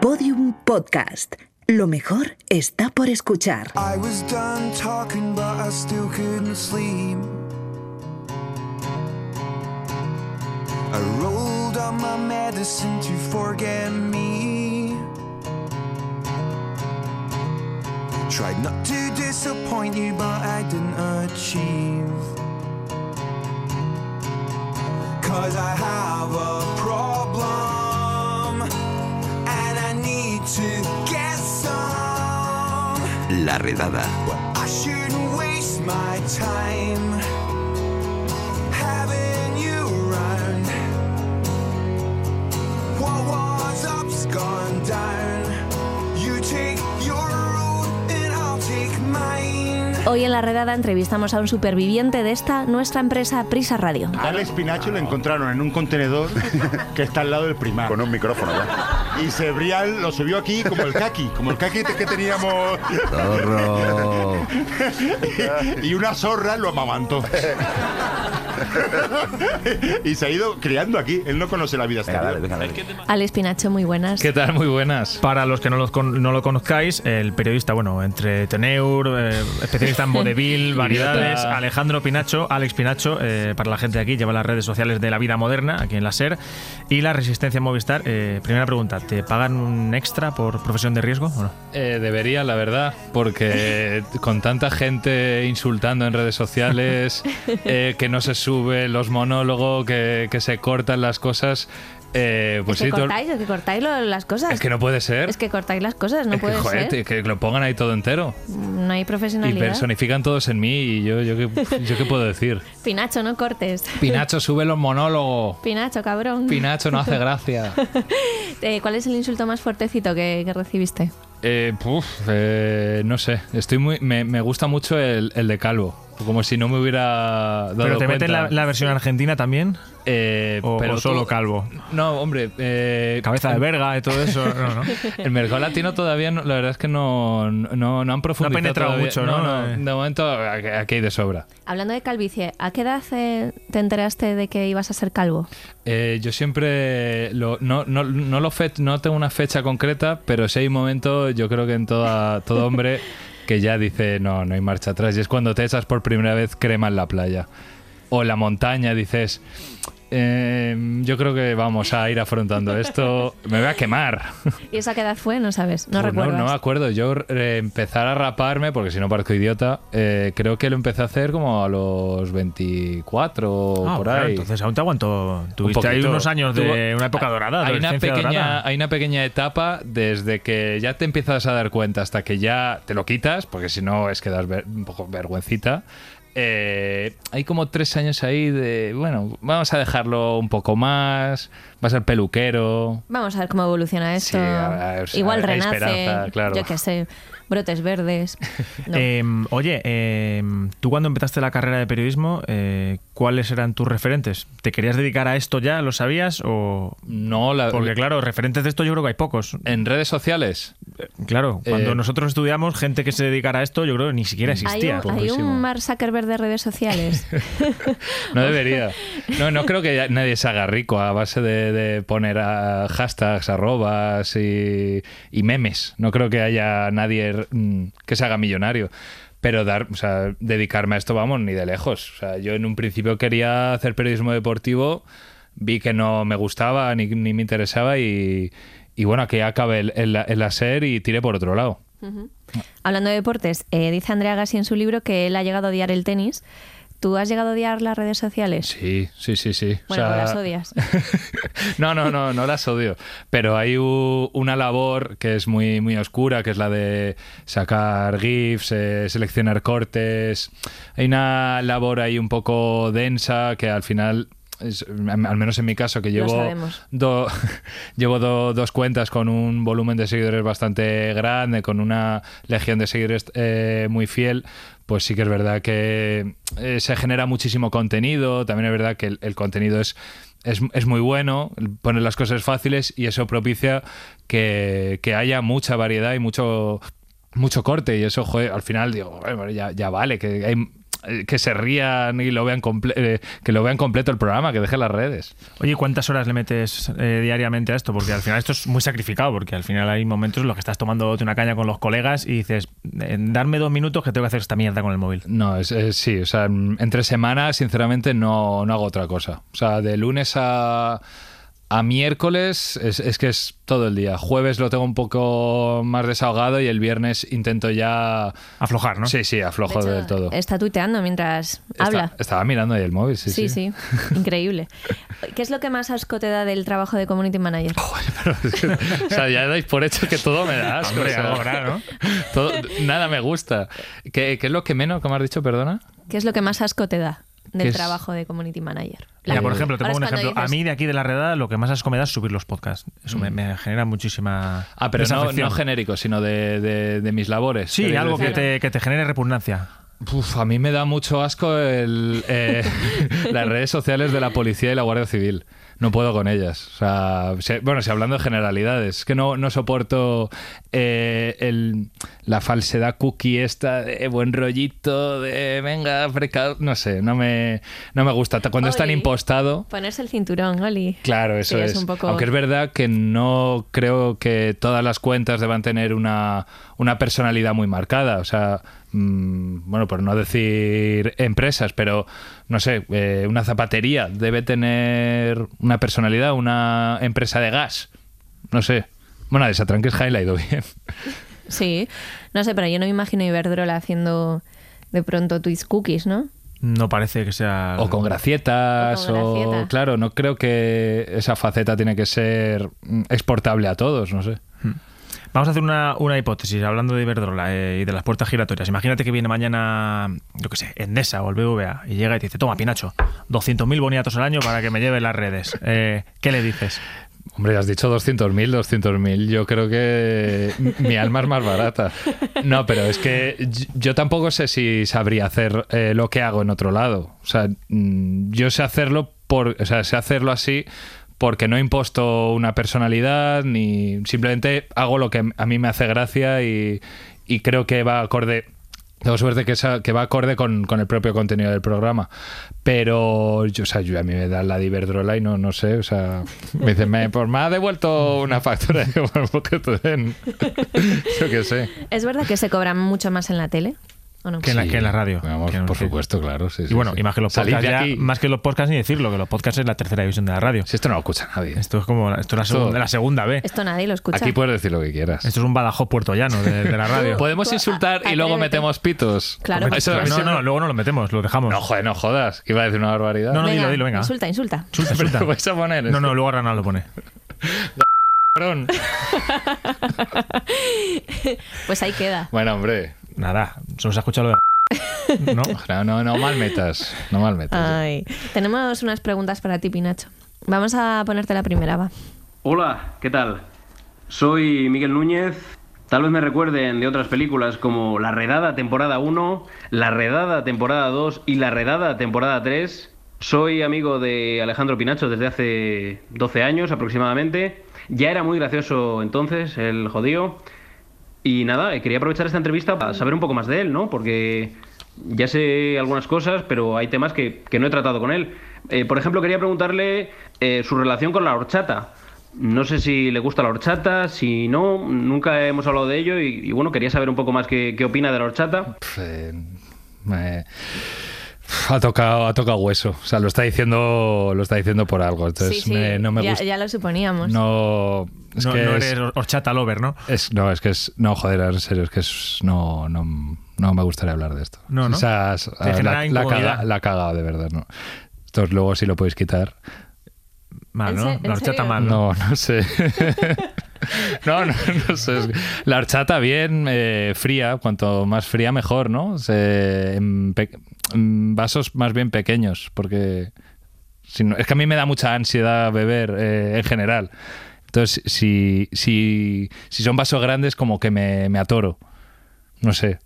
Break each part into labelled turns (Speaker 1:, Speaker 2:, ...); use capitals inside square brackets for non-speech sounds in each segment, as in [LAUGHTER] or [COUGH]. Speaker 1: Podium Podcast. Lo mejor está por escuchar.
Speaker 2: I was done talking, but I still couldn't sleep. I rolled up my medicine to forget me. Tried not to disappoint you, but I didn't achieve. Cause I have a problem, and I need to get some.
Speaker 3: La redada.
Speaker 2: I shouldn't waste my time having you around. What was up's gone down. You take your road and I'll take mine.
Speaker 4: Hoy en la redada entrevistamos a un superviviente de esta nuestra empresa Prisa Radio.
Speaker 5: Alex Pinacho
Speaker 3: Ah.
Speaker 5: lo encontraron en un contenedor que está al lado del primar.
Speaker 6: Con un micrófono, ¿no?
Speaker 5: Y Sebrial lo subió aquí como el caqui, como el caqui que teníamos.
Speaker 3: Zorro.
Speaker 5: Y una zorra lo
Speaker 3: [LAUGHS]
Speaker 5: amamantó. Y se ha ido criando aquí. Él no conoce la vida hasta
Speaker 3: Venga, dale,
Speaker 5: ahora.
Speaker 3: venga, dale.
Speaker 4: Alex Pinacho, muy buenas.
Speaker 7: ¿Qué tal? Muy buenas. Para los que no, los con- no lo conozcáis, el periodista, bueno, entre Teneur, eh, especialista en vodevil, variedades, Alejandro Pinacho, Alex Pinacho, eh, para la gente de aquí, lleva las redes sociales de la vida moderna, aquí en la SER, y la resistencia Movistar. Eh, primera pregunta, ¿te pagan un extra por profesión de riesgo o no?
Speaker 8: Eh, debería, la verdad,
Speaker 7: [LAUGHS]
Speaker 8: porque con tanta gente insultando en redes sociales, eh, que no se sube los monólogos, que, que se cortan las cosas, eh, pues
Speaker 4: es que
Speaker 8: sí, todo-
Speaker 4: cortáis, es que cortáis lo- las cosas.
Speaker 8: es que no puede ser.
Speaker 4: Es que cortáis las cosas, no
Speaker 8: Es que,
Speaker 4: puede
Speaker 8: joder,
Speaker 4: ser.
Speaker 8: que- que lo pongan ahí todo entero.
Speaker 4: No hay
Speaker 8: Y
Speaker 4: profesionalidad.
Speaker 8: personifican todos en mí y yo, yo, qué, yo qué
Speaker 4: [LAUGHS]
Speaker 8: puedo decir.
Speaker 4: Pinacho, no cortes.
Speaker 8: Pinacho sube los monólogos.
Speaker 4: Pinacho, cabrón.
Speaker 8: Pinacho no hace gracia.
Speaker 4: Eh, ¿Cuál es el insulto más fuertecito que, que recibiste?
Speaker 8: Eh, puf, eh, no sé. Estoy muy, me, me gusta mucho el, el de Calvo. Como si no me hubiera dado
Speaker 7: ¿Pero te
Speaker 8: cuenta.
Speaker 7: meten la, la versión argentina también?
Speaker 8: Eh,
Speaker 7: ¿O,
Speaker 8: pero
Speaker 7: o solo
Speaker 8: tú-
Speaker 7: calvo?
Speaker 8: No, hombre. eh,
Speaker 7: Cabeza de verga y todo eso. [LAUGHS] No, no.
Speaker 8: El mercado latino todavía, no- la verdad es que no, no, no han profundizado.
Speaker 7: penetrado
Speaker 8: todavía.
Speaker 7: mucho, ¿no? Eh.
Speaker 8: de momento aquí aquí hay de sobra.
Speaker 4: Hablando de calvicie, ¿a qué edad eh, te enteraste de que ibas a ser calvo?
Speaker 8: Eh, yo siempre lo- no, no, no lo fe- no tengo una fecha concreta, pero sí hay un momento, yo creo que en toda, todo hombre que ya dice no, no hay marcha atrás. Y es cuando te echas por primera vez crema en la playa. O en la montaña, dices. "Eh, yo creo que vamos a ir afrontando esto. Me voy a quemar.
Speaker 4: ¿Y esa qué edad fue? No sabes, no
Speaker 8: Pues
Speaker 4: recuerdas.
Speaker 8: No, me acuerdo. Yo eh, empezar a raparme, porque si no parezco idiota, eh, creo que lo empecé a hacer como a los 24 o
Speaker 7: Ah,
Speaker 8: por
Speaker 7: claro,
Speaker 8: ahí.
Speaker 7: entonces aún te aguantó. Tuviste ahí
Speaker 8: poquito.
Speaker 7: unos años de
Speaker 8: Tuvo-
Speaker 7: una época dorada.
Speaker 8: Hay una,
Speaker 7: adolescencia dorada.
Speaker 8: pequeña, hay una pequeña etapa desde que ya te empiezas a dar cuenta hasta que ya te lo quitas, porque si no es que das ver- un poco vergüencita. Eh, hay como tres años ahí de, bueno, vamos a dejarlo un poco más, vas al peluquero,
Speaker 4: Vamos a ver cómo evoluciona esto.
Speaker 8: Sí, a ver,
Speaker 4: Igual
Speaker 8: a ver, hay
Speaker 4: renace,
Speaker 8: esperanza, claro. Eh,
Speaker 4: yo qué sé, brotes verdes.
Speaker 8: [LAUGHS]
Speaker 4: No.
Speaker 7: Em, oye, em, tú cuando empezaste la carrera de periodismo, eh, ¿cuáles eran tus referentes? ¿Te querías dedicar a esto ya? ¿Lo sabías? O...
Speaker 8: no la...
Speaker 7: Porque claro, referentes de esto yo creo que hay pocos.
Speaker 8: en redes sociales.
Speaker 7: Claro, cuando
Speaker 8: eh, Mm.
Speaker 7: nosotros estudiamos, gente que se dedicara a esto yo creo que ni siquiera
Speaker 4: hay
Speaker 7: existía.
Speaker 4: un, hay un Mark Zuckerberg de redes
Speaker 8: [LAUGHS]
Speaker 4: sociales.
Speaker 8: No debería. No, no creo que ya- nadie se haga rico a base de, de poner ah, hashtags, arrobas y, y memes. No creo que haya nadie mm, que se haga millonario. Pero dar, o sea, dedicarme a esto, vamos, ni de lejos. O sea, yo en un principio quería hacer periodismo deportivo, vi que no me gustaba ni, ni me interesaba y, y bueno, aquí acabé el- en la, en la SER y tiré por otro lado.
Speaker 4: Hablando de deportes, eh, dice Andrea Gassi en su libro que él ha llegado a odiar el tenis. ¿Tú has llegado a odiar las redes sociales?
Speaker 8: Sí, sí, sí, sí. O
Speaker 4: Bueno,
Speaker 8: sea,
Speaker 4: las odias.
Speaker 8: [LAUGHS] no, no, no, no las odio. Pero hay u- una labor que es muy, muy oscura, que es la de sacar GIFs, eh, seleccionar cortes. Hay una labor ahí un poco densa que al final, es- al menos en mi caso, que
Speaker 4: Lo
Speaker 8: llevo,
Speaker 4: sabemos.
Speaker 8: do- [LAUGHS] llevo do- dos cuentas con un volumen de seguidores bastante grande, con una legión de seguidores eh, muy fiel, pues sí que es verdad que eh, se genera muchísimo contenido. También es verdad que el, el contenido es, es, es muy bueno, poner las cosas fáciles y eso propicia que, que haya mucha variedad y mucho mucho corte y eso joder, al final digo "Joder, bueno, ya, ya vale que hay eh, que se rían y lo vean comple- eh, que lo vean completo el programa, que dejen las redes.
Speaker 7: Oye, ¿cuántas horas le metes eh, diariamente a esto? Porque al final esto es muy sacrificado, porque al final hay momentos en los que estás tomando una caña con los colegas y dices, "Eh, darme dos minutos que tengo que hacer esta mierda con el móvil.
Speaker 8: No, es, es- sí, o sea, mm, entre semanas, sinceramente, no, no hago otra cosa. O sea, de lunes a, a miércoles es, es que es todo el día. Jueves lo tengo un poco más desahogado y el viernes intento ya...
Speaker 7: Aflojar, ¿no?
Speaker 8: Sí, sí, aflojo
Speaker 4: De hecho,
Speaker 8: del todo.
Speaker 4: Ah, Está tuiteando mientras
Speaker 8: Está-
Speaker 4: habla.
Speaker 8: estaba mirando ahí el móvil, sí.
Speaker 4: Sí, sí, increíble. ¿Qué es lo que más asco te da del trabajo de community manager?
Speaker 8: [LAUGHS] o sea, ya dais por hecho que todo me da asco.
Speaker 7: Hombre,
Speaker 8: o sea,
Speaker 7: algo habrá, ¿no?
Speaker 8: [LAUGHS] todo- nada me gusta. ¿Qué, qué es lo que menos, como has dicho, perdona?
Speaker 4: ¿Qué es lo que más asco te da
Speaker 8: ¿Qué
Speaker 4: del
Speaker 8: es?
Speaker 4: trabajo de community manager?
Speaker 7: Mira, por ejemplo, te
Speaker 4: Ahora
Speaker 7: pongo un
Speaker 4: es
Speaker 7: ejemplo.
Speaker 4: cuando
Speaker 7: A
Speaker 4: dices-
Speaker 7: mí de aquí de la redada lo que más asco me da es subir los podcasts. Eso me, me genera muchísima.
Speaker 8: Mm. Ah, pero no,
Speaker 7: desafección.
Speaker 8: no genérico, sino de, de- de mis labores.
Speaker 7: Sí,
Speaker 8: queréis
Speaker 7: algo que
Speaker 8: decir.
Speaker 7: te, que te genere repugnancia.
Speaker 8: Uf, a mí me da mucho asco el, eh, [LAUGHS] las redes sociales de la policía y la Guardia Civil. No puedo con ellas. O sea, si- bueno, si hablando de generalidades, es que no, no soporto eh, el- la falsedad cookie esta de buen rollito, de venga, fresca. No sé, no me, no me gusta. Cuando es tan
Speaker 4: Oli.
Speaker 8: impostado.
Speaker 4: Ponerse el cinturón, Oli.
Speaker 8: Claro, eso
Speaker 4: Sí,
Speaker 8: es.
Speaker 4: es un poco-
Speaker 8: Aunque es verdad que no creo que todas las cuentas deban tener una, una personalidad muy marcada. O sea, mm, bueno, por no decir empresas, pero no sé, eh, una zapatería debe tener una personalidad, una empresa de gas. No sé. Bueno, de Satranques High la ha ido bien.
Speaker 4: Sí, no sé, pero yo no me imagino Iberdrola haciendo de pronto tweets cookies, ¿no?
Speaker 7: No parece que sea.
Speaker 8: O con gracietas,
Speaker 4: O
Speaker 8: o,
Speaker 4: con gracieta.
Speaker 8: claro, no creo que esa faceta tiene que ser mm, exportable a todos, no sé.
Speaker 7: Vamos a hacer una, una hipótesis, hablando de Iberdrola eh, y de las puertas giratorias. Imagínate que viene mañana, yo qué sé, Endesa o el BVA y llega y te dice: Toma, Pinacho, 200.000 boniatos al año para que me lleve las redes. Eh, ¿Qué le dices?
Speaker 8: Hombre, has dicho 200.000, 200.000. Yo creo que mi alma es más barata. No, pero es que yo- yo tampoco sé si sabría hacer eh, lo que hago en otro lado. O sea, mm, yo sé hacerlo por, o sea, sé hacerlo así porque no imposto una personalidad ni simplemente hago lo que a mí me hace gracia y, y creo que va acorde tengo suerte que, esa- que va acorde con, con el propio contenido del programa. Pero yo, o sea, yo a mí me da la de Iberdrola y no, no sé, o sea, me dicen, me, pues me ha devuelto una factura. [LAUGHS] Y yo, bueno, pues que te den. [LAUGHS] Yo qué sé.
Speaker 4: ¿Es verdad que se cobran mucho más en la tele? ¿O no?
Speaker 7: Que en la-
Speaker 8: Sí,
Speaker 7: que en la radio.
Speaker 8: vamos,
Speaker 7: Que no-
Speaker 8: por
Speaker 7: que-
Speaker 8: supuesto, claro. sí, sí,
Speaker 7: Y bueno,
Speaker 8: sí.
Speaker 7: y más que los
Speaker 8: Salid
Speaker 7: podcasts,
Speaker 8: de
Speaker 7: ya-
Speaker 8: aquí.
Speaker 7: más que los podcasts ni decirlo, que los podcasts es la tercera división de la radio.
Speaker 8: Si esto no lo escucha nadie.
Speaker 7: Esto es como esto es la segunda, la segunda B.
Speaker 4: Esto nadie lo escucha.
Speaker 7: pues,
Speaker 8: Aquí puedes decir lo que quieras.
Speaker 7: Esto es un Badajoz puertollano de, de la
Speaker 8: [LAUGHS]
Speaker 7: radio.
Speaker 8: Podemos
Speaker 4: Tú, a-
Speaker 8: insultar y luego
Speaker 4: atrévete.
Speaker 8: metemos pitos.
Speaker 4: Claro.
Speaker 8: Eso-
Speaker 7: no,
Speaker 8: eso-
Speaker 7: no, no, luego no lo metemos, lo dejamos.
Speaker 8: No, joder, no jodas, que iba a decir una barbaridad.
Speaker 7: No, no, dilo, dilo, venga.
Speaker 4: Insulta, insulta.
Speaker 7: Insulta,
Speaker 8: [LAUGHS] Pero
Speaker 7: insulta.
Speaker 8: lo vais a poner.
Speaker 7: No,
Speaker 8: esto,
Speaker 7: no, luego Arana lo pone.
Speaker 8: cabrón.
Speaker 4: Pues ahí queda.
Speaker 8: Bueno, hombre.
Speaker 7: Nada, solo se ha escuchado lo
Speaker 8: [LAUGHS]
Speaker 7: de. ¿No?
Speaker 8: No, no, no mal metas. No mal metas.
Speaker 4: Ay. Tenemos unas preguntas para ti, Pinacho. Vamos a ponerte la primera, va.
Speaker 6: Hola, ¿qué tal? Soy Miguel Núñez. Tal vez me recuerden de otras películas como La Redada temporada 1, La Redada temporada 2 y La Redada temporada 3. Soy amigo de Alejandro Pinacho desde hace 12 años aproximadamente. Ya era muy gracioso entonces el jodío. Y nada, eh, quería aprovechar esta entrevista para saber un poco más de él, ¿no? Porque ya sé algunas cosas, pero hay temas que, que no he tratado con él. Eh, por ejemplo, quería preguntarle eh, su relación con la horchata. No sé si le gusta la horchata, si no, nunca hemos hablado de ello y, y bueno, quería saber un poco más qué, qué opina de la horchata.
Speaker 8: Pf, eh, me- pf, ha tocado, ha tocado hueso. O sea, lo está diciendo, lo está diciendo por algo. Entonces me- no me
Speaker 4: ya,
Speaker 8: gusta.
Speaker 4: ya lo suponíamos.
Speaker 8: No, es
Speaker 7: no,
Speaker 8: que
Speaker 7: no
Speaker 8: es-
Speaker 7: eres hor- horchata lover, ¿no?
Speaker 8: es- no, es que es. No, joder, en serio, es que es- no, no, no me gustaría hablar de esto.
Speaker 7: No, ¿no?
Speaker 8: O sea, es-
Speaker 7: Te genera
Speaker 8: la, la,
Speaker 7: incomodidad.
Speaker 8: caga- la ha cagado, de verdad, no. Entonces luego si lo podéis quitar.
Speaker 7: Mal,
Speaker 4: ¿En
Speaker 7: ¿no?
Speaker 4: se- en
Speaker 7: La horchata
Speaker 4: serio?
Speaker 7: mal. ¿no?
Speaker 8: No, no sé. [LAUGHS] No, no, no sé. Es que La horchata bien eh, fría, cuanto más fría mejor, ¿no? Se- en, pe- en vasos más bien pequeños, porque si no- es que a mí me da mucha ansiedad beber eh, en general. Entonces, si, si, si son vasos grandes, como que me, me atoro. No sé.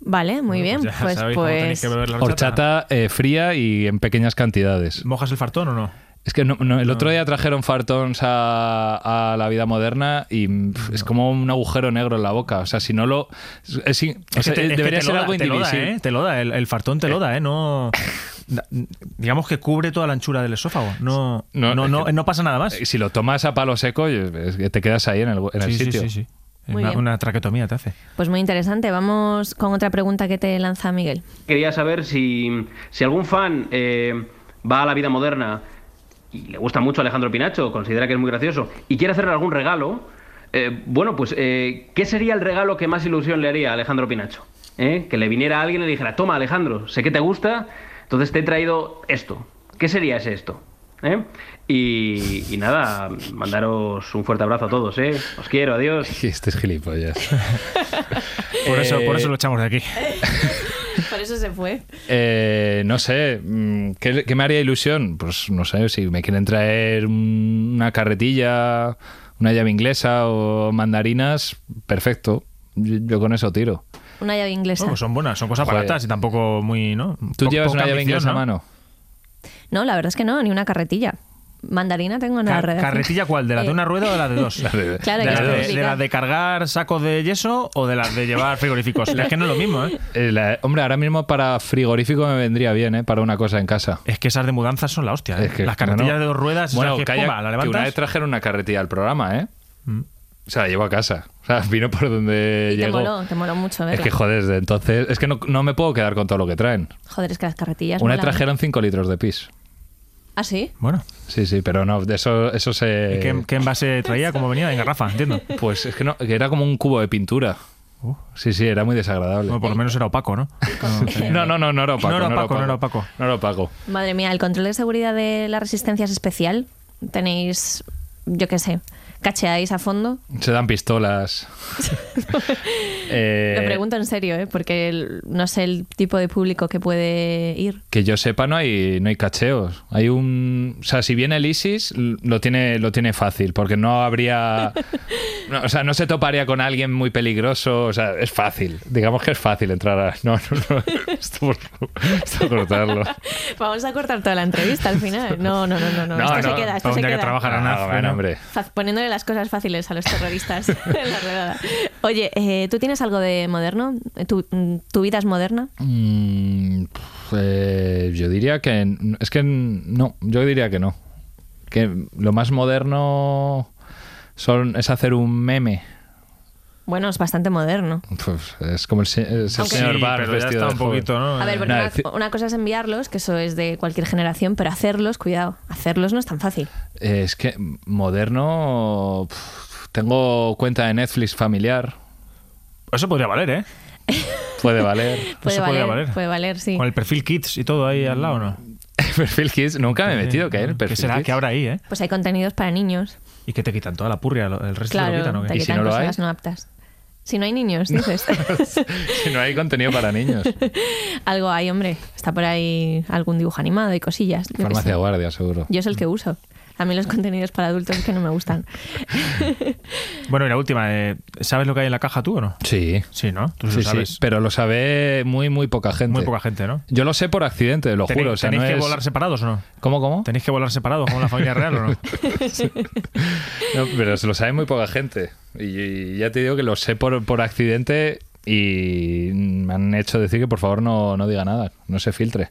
Speaker 4: Vale, muy bien.
Speaker 7: Bueno,
Speaker 4: Pues,
Speaker 7: ya sabéis cómo tenéis
Speaker 4: pues,
Speaker 7: que beber la horchata.
Speaker 8: Horchata eh, fría y en pequeñas cantidades.
Speaker 7: ¿Mojas el fartón o no?
Speaker 8: Es que no- no, el otro día trajeron fartons a, a la vida moderna y pf, es como un agujero negro en la boca. O sea, si no lo. es- es- o
Speaker 7: Es que
Speaker 8: sea, eh,
Speaker 7: te- es que
Speaker 8: debería
Speaker 7: te lo
Speaker 8: ser
Speaker 7: da-
Speaker 8: algo
Speaker 7: te lo da,
Speaker 8: indivisible.
Speaker 7: ¿eh? Te lo da, el, el fartón te lo da, ¿eh? No, da- digamos que cubre toda la anchura del esófago. No, no,
Speaker 8: No,
Speaker 7: no,
Speaker 8: es
Speaker 7: no,
Speaker 8: que-
Speaker 7: pasa nada más.
Speaker 8: Eh, Si lo tomas a palo seco, es que te quedas ahí en el, en el
Speaker 7: Sí, sí,
Speaker 8: sitio. [LAUGHS]
Speaker 7: sí, sí.
Speaker 4: Muy
Speaker 7: Una,
Speaker 4: bien.
Speaker 7: una traquetomía te hace.
Speaker 4: Pues muy interesante. Vamos con otra pregunta que te lanza Miguel.
Speaker 6: Quería saber si, si algún fan eh, va a la vida moderna y le gusta mucho Alejandro Pinacho, considera que es muy gracioso y quiere hacerle algún regalo. eh, bueno, pues, eh, ¿qué sería el regalo que más ilusión le haría a Alejandro Pinacho? ¿Eh? Que le viniera alguien y le dijera, toma Alejandro, sé que te gusta, entonces te he traído esto. ¿Qué sería ese esto? ¿Eh? Y, y nada, mandaros un fuerte abrazo a todos, ¿eh? Os quiero, adiós.
Speaker 8: Este es gilipollas.
Speaker 7: [LAUGHS] Por, eso, por
Speaker 8: Eh,
Speaker 7: eso lo echamos de aquí.
Speaker 4: [LAUGHS] Por eso se fue.
Speaker 8: Eh, no sé, mm, ¿qué, qué me haría ilusión? Pues no sé, si me quieren traer un- una carretilla, una llave inglesa o mandarinas, perfecto. Yo, yo con eso tiro.
Speaker 4: Una llave inglesa.
Speaker 7: No, pues son buenas, son cosas
Speaker 8: Joder.
Speaker 7: baratas y tampoco muy, ¿no?
Speaker 8: ¿Tú
Speaker 7: Po-
Speaker 8: llevas
Speaker 7: poca
Speaker 8: una llave
Speaker 7: ambición,
Speaker 8: inglesa
Speaker 7: ¿no?
Speaker 8: a mano?
Speaker 4: No, la verdad es que no, ni una carretilla. Mandarina tengo en la
Speaker 7: Ca-
Speaker 4: redacción.
Speaker 7: ¿Carretilla cuál? ¿De la de
Speaker 4: Eh,
Speaker 7: una rueda o de la
Speaker 8: [LAUGHS]
Speaker 7: de dos?
Speaker 8: de-
Speaker 4: Claro, hay
Speaker 7: ¿De
Speaker 4: que
Speaker 7: las de- de,
Speaker 4: especificar.
Speaker 7: las de cargar sacos de yeso o de las de
Speaker 4: [LAUGHS]
Speaker 7: llevar frigoríficos? es que no es lo mismo, ¿eh?
Speaker 8: Eh, la- hombre, ahora mismo para frigorífico me vendría bien, ¿eh? Para una cosa en casa.
Speaker 7: Es que esas de mudanzas son la hostia. ¿eh?
Speaker 8: Es que,
Speaker 7: Las carretillas
Speaker 8: bueno,
Speaker 7: de dos ruedas, esas
Speaker 8: bueno,
Speaker 7: que,
Speaker 8: calla,
Speaker 7: pumba, la
Speaker 8: que una
Speaker 7: levantas. Mm.
Speaker 8: vez trajeron una carretilla al programa, ¿eh? Se la llevó a casa. O sea, [LAUGHS] vino por donde
Speaker 4: Y te
Speaker 8: llegó.
Speaker 4: moló, te moló mucho
Speaker 8: es
Speaker 4: verla.
Speaker 8: que joder, desde entonces. Es que no, no me puedo quedar con todo lo que traen.
Speaker 4: Joder, es que las carretillas
Speaker 8: Una
Speaker 4: molan.
Speaker 8: trajeron 5 litros de pis.
Speaker 4: ¿Ah, sí?
Speaker 7: Bueno,
Speaker 8: Sí, sí, pero no, de eso, eso se.
Speaker 7: ¿y ¿qué, qué envase traía? ¿Cómo venía? En garrafa, entiendo.
Speaker 8: Pues es que no, que era como un cubo de pintura. Sí, sí, era muy desagradable.
Speaker 7: Uh. Bueno, por lo menos era opaco, ¿no? No,
Speaker 8: [LAUGHS]
Speaker 7: tenía-
Speaker 8: No, no, no, no era opaco.
Speaker 7: No era opaco, no era opaco.
Speaker 8: No era opaco.
Speaker 4: Madre mía, el control de seguridad de la resistencia es especial. Tenéis, yo qué sé, cacheáis a fondo.
Speaker 8: Se
Speaker 4: [LAUGHS]
Speaker 8: dan pistolas. Eh,
Speaker 4: Lo pregunto en serio, ¿eh? porque el- no sé el tipo de público que puede ir.
Speaker 8: Que yo sepa, no hay, no hay cacheos. Hay un. O sea, si viene el ISIS, l- lo tiene, lo tiene fácil, porque no habría.
Speaker 4: [LAUGHS]
Speaker 8: no, o sea, no se toparía con alguien muy peligroso. O sea, es fácil. Digamos que es fácil entrar a. [LAUGHS] No, no, no. Esto, por- esto cortarlo.
Speaker 4: Vamos a cortar toda la entrevista al final. No, no, no, no, no.
Speaker 8: No,
Speaker 4: esto se
Speaker 8: no,
Speaker 4: queda,
Speaker 7: para
Speaker 4: esto
Speaker 7: un
Speaker 4: se
Speaker 7: día que
Speaker 4: queda.
Speaker 7: trabaja. Bajar a Naz,
Speaker 8: Ah,
Speaker 7: bueno.
Speaker 8: bueno, hombre.
Speaker 4: Fa- Poniéndole las cosas fáciles a los terroristas [LAUGHS] en la redada. Oye, eh, ¿tú tienes algo de moderno? ¿Tu, mm, tu vida es moderna?
Speaker 8: Mm, pf, eh, yo diría que. n- Es que n- no, yo diría que no. Que lo más moderno son, es hacer un meme.
Speaker 4: Bueno, es bastante moderno.
Speaker 8: Pues es como el, se- es el
Speaker 4: Aunque-
Speaker 8: señor
Speaker 7: Sí,
Speaker 8: Barnes
Speaker 7: pero ya
Speaker 8: vestido
Speaker 7: está
Speaker 8: de
Speaker 7: un
Speaker 8: joven.
Speaker 7: poquito, ¿no?
Speaker 4: A ver, porque
Speaker 8: no,
Speaker 4: una,
Speaker 8: es decir-
Speaker 4: una cosa es enviarlos, que eso es de cualquier generación, pero hacerlos, cuidado, hacerlos no es tan fácil.
Speaker 8: Eh, Es que moderno. pf, Tengo cuenta de Netflix familiar.
Speaker 7: Eso podría valer, ¿eh?
Speaker 8: Puede valer.
Speaker 7: [LAUGHS]
Speaker 8: [LAUGHS]
Speaker 4: Puede
Speaker 7: Eso
Speaker 4: valer,
Speaker 7: podría valer.
Speaker 4: puede valer, sí.
Speaker 7: Con el perfil Kids y todo ahí al lado, ¿no? Eh,
Speaker 8: El perfil Kids. Nunca me he metido Mm. que hay en el perfil
Speaker 7: ¿Qué será
Speaker 8: Kids.
Speaker 7: que habrá ahí, eh?
Speaker 4: Pues hay contenidos para niños.
Speaker 7: Y que te quitan toda la purria, lo- el resto te lo quitan,
Speaker 4: Claro,
Speaker 7: ¿o qué?
Speaker 4: te
Speaker 8: ¿Y si
Speaker 4: quitan
Speaker 8: no lo
Speaker 4: cosas
Speaker 8: hay?
Speaker 4: no aptas. Si no hay niños, dices.
Speaker 8: [LAUGHS] [LAUGHS] Si no hay contenido para
Speaker 7: [LAUGHS]
Speaker 8: niños.
Speaker 4: Algo hay, hombre. Está por ahí algún dibujo animado y cosillas. yo qué sé.
Speaker 8: Farmacia Guardia, seguro.
Speaker 4: Yo es el que uso. A mí los contenidos para adultos es que no me gustan.
Speaker 7: Bueno, y la última, eh, ¿sabes lo que hay en la caja tú o no?
Speaker 8: Sí.
Speaker 7: Sí, ¿no? Tú
Speaker 8: Sí,
Speaker 7: sí Pues lo
Speaker 8: sí,
Speaker 7: sabes.
Speaker 8: Pero lo sabe muy, muy poca gente.
Speaker 7: Muy poca gente, ¿no?
Speaker 8: Yo lo sé por accidente, lo
Speaker 7: ¿Tenéis,
Speaker 8: juro. O sea,
Speaker 7: tenéis
Speaker 8: no
Speaker 7: que
Speaker 8: es-
Speaker 7: volar separados o no?
Speaker 8: ¿Cómo, cómo?
Speaker 7: ¿Tenéis que volar separados como la familia real o no?
Speaker 8: No, pero se lo sabe muy poca gente. Y, y ya te digo que lo sé por, por accidente y me han hecho decir que por favor no, no diga nada, no se filtre.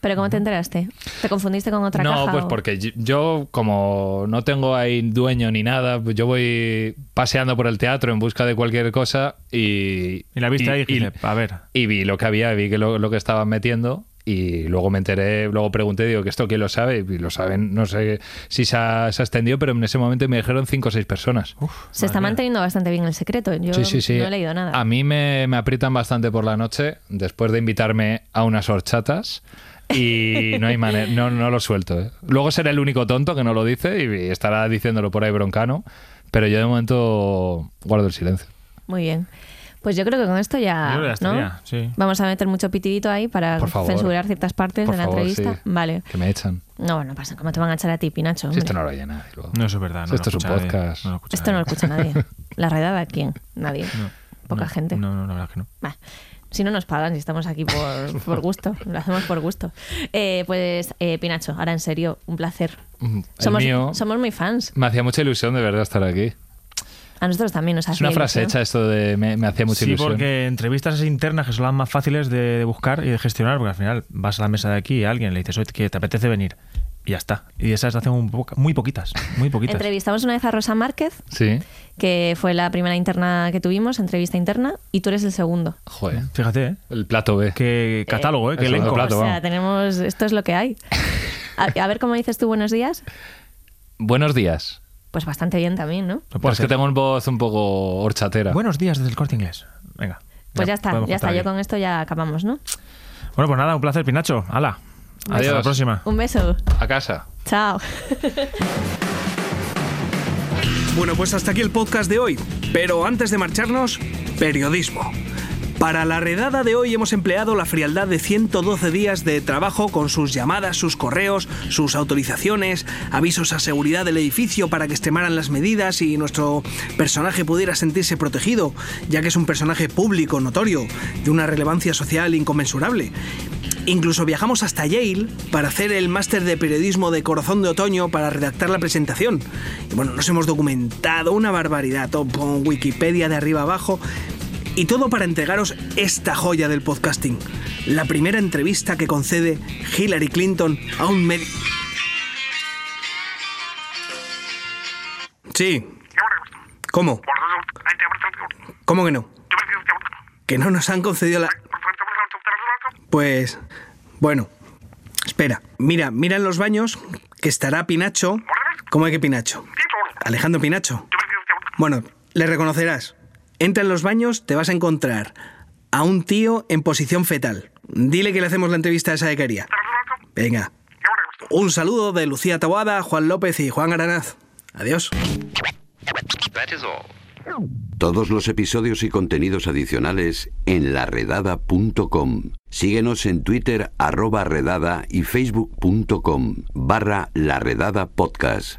Speaker 4: ¿Pero cómo te enteraste? ¿Te confundiste con otra caja?
Speaker 8: No, pues
Speaker 4: o-
Speaker 8: porque yo- yo como no tengo ahí dueño ni nada, pues yo voy paseando por el teatro en busca de cualquier cosa y...
Speaker 7: Y la viste ahí y
Speaker 8: y-
Speaker 7: dices, a ver.
Speaker 8: y vi lo que había, vi que lo, lo que estaban metiendo y luego me enteré, luego pregunté, digo, que esto quién lo sabe, y lo saben, no sé si se ha, se ha extendido, pero en ese momento me dijeron cinco o seis personas.
Speaker 4: Se está manteniendo bastante bien el secreto. Yo
Speaker 8: Sí, sí, sí.
Speaker 4: no he leído nada.
Speaker 8: A mí me, me aprietan bastante por la noche después de invitarme a unas horchatas y no hay manera, no, no lo suelto. ¿eh? Luego seré el único tonto que no lo dice y estará diciéndolo por ahí broncano, pero yo de momento guardo el silencio.
Speaker 4: Muy bien. Pues yo creo que con esto ya,
Speaker 7: Yo creo que ya
Speaker 4: ¿no?
Speaker 7: estaría, sí.
Speaker 4: Vamos a meter mucho pitidito ahí para
Speaker 8: Por favor.
Speaker 4: censurar ciertas partes
Speaker 8: Por
Speaker 4: de la
Speaker 8: favor,
Speaker 4: entrevista.
Speaker 8: sí.
Speaker 4: Vale.
Speaker 8: Que me echan.
Speaker 4: No, no pasa. ¿Cómo te van a echar a ti, Pinacho?
Speaker 8: Si
Speaker 4: hombre?
Speaker 8: esto no lo oye nadie. luego.
Speaker 7: No, eso es verdad. No
Speaker 8: Esto
Speaker 7: lo
Speaker 8: es un
Speaker 7: escucha nadie,
Speaker 8: podcast.
Speaker 7: no lo escucha
Speaker 4: Esto no lo
Speaker 8: [LAUGHS]
Speaker 7: nadie.
Speaker 4: escucha nadie. ¿La redada quién? Nadie. Poca gente.
Speaker 7: No, no, la verdad es que no.
Speaker 4: Bah. Si no nos pagan, si estamos aquí por,
Speaker 8: [LAUGHS]
Speaker 4: por gusto, lo hacemos por gusto. Eh, pues, eh, Pinacho, ahora en serio, un placer.
Speaker 8: Mm, el
Speaker 4: Somos,
Speaker 8: mío.
Speaker 4: somos muy fans.
Speaker 8: Me hacía mucha ilusión de verdad estar aquí.
Speaker 4: A nosotros también nos hace
Speaker 8: Es una frase
Speaker 4: ilusión.
Speaker 8: hecha esto de me, me hacía mucha
Speaker 7: sí,
Speaker 8: ilusión.
Speaker 7: porque entrevistas internas que son las más fáciles de, de buscar y de gestionar, porque al final vas a la mesa de aquí y a alguien le dices, oye, que te apetece venir. Y ya está. Y esas hacen un poca- muy poquitas, muy poquitas.
Speaker 4: Entrevistamos una vez a Rosa Márquez,
Speaker 8: Sí.
Speaker 4: que fue la primera interna que tuvimos, entrevista interna, y tú eres el segundo.
Speaker 8: Joder.
Speaker 7: Fíjate, ¿eh?
Speaker 8: El plato B.
Speaker 7: Qué catálogo, ¿eh? Qué
Speaker 8: eso,
Speaker 7: elenco.
Speaker 4: o
Speaker 8: plato.
Speaker 4: sea,
Speaker 8: vamos.
Speaker 4: tenemos. Esto es lo que hay. A, a ver cómo dices tú buenos días.
Speaker 8: Buenos días.
Speaker 4: Pues bastante bien también, ¿no?
Speaker 7: No puede
Speaker 8: Pues que
Speaker 7: ser.
Speaker 8: tengo un voz un poco horchatera.
Speaker 7: Buenos días desde el corte inglés. Venga.
Speaker 4: Pues ya está,
Speaker 7: podemos
Speaker 4: ya está.
Speaker 7: cortar
Speaker 4: Yo
Speaker 7: aquí.
Speaker 4: con esto ya acabamos, ¿no?
Speaker 7: Bueno, pues nada, un placer, Pinacho. Hala. Hasta la
Speaker 8: Adiós.
Speaker 7: próxima.
Speaker 4: Un beso.
Speaker 8: A casa.
Speaker 4: Chao.
Speaker 9: Bueno, pues hasta aquí el podcast de hoy. Pero antes de marcharnos, periodismo. Para la redada de hoy hemos empleado la frialdad de 112 días de trabajo con sus llamadas, sus correos, sus autorizaciones, avisos a seguridad del edificio para que extremaran las medidas y nuestro personaje pudiera sentirse protegido, ya que es un personaje público, notorio, de una relevancia social inconmensurable. Incluso viajamos hasta Yale para hacer el máster de periodismo de Corazón de Otoño para redactar la presentación. Y bueno, nos hemos documentado una barbaridad, todo con Wikipedia de arriba abajo. Y todo para entregaros esta joya del podcasting. La primera entrevista que concede Hillary Clinton a un médico. Sí. ¿Cómo? ¿Cómo que no? Que no nos han concedido la... Pues... Bueno. Espera. Mira, mira en los baños que estará Pinacho. ¿Cómo hay que Pinacho? Alejandro Pinacho. Bueno, le reconocerás. Entra en los baños, te vas a encontrar a un tío en posición fetal. Dile que le hacemos la entrevista a esa de que haría. Venga. Un saludo de Lucía Tawada, Juan López y Juan Aranaz. Adiós.
Speaker 3: Todos los episodios y contenidos adicionales en laredada.com. Síguenos en Twitter arroba redada y facebook.com barra laredada podcast.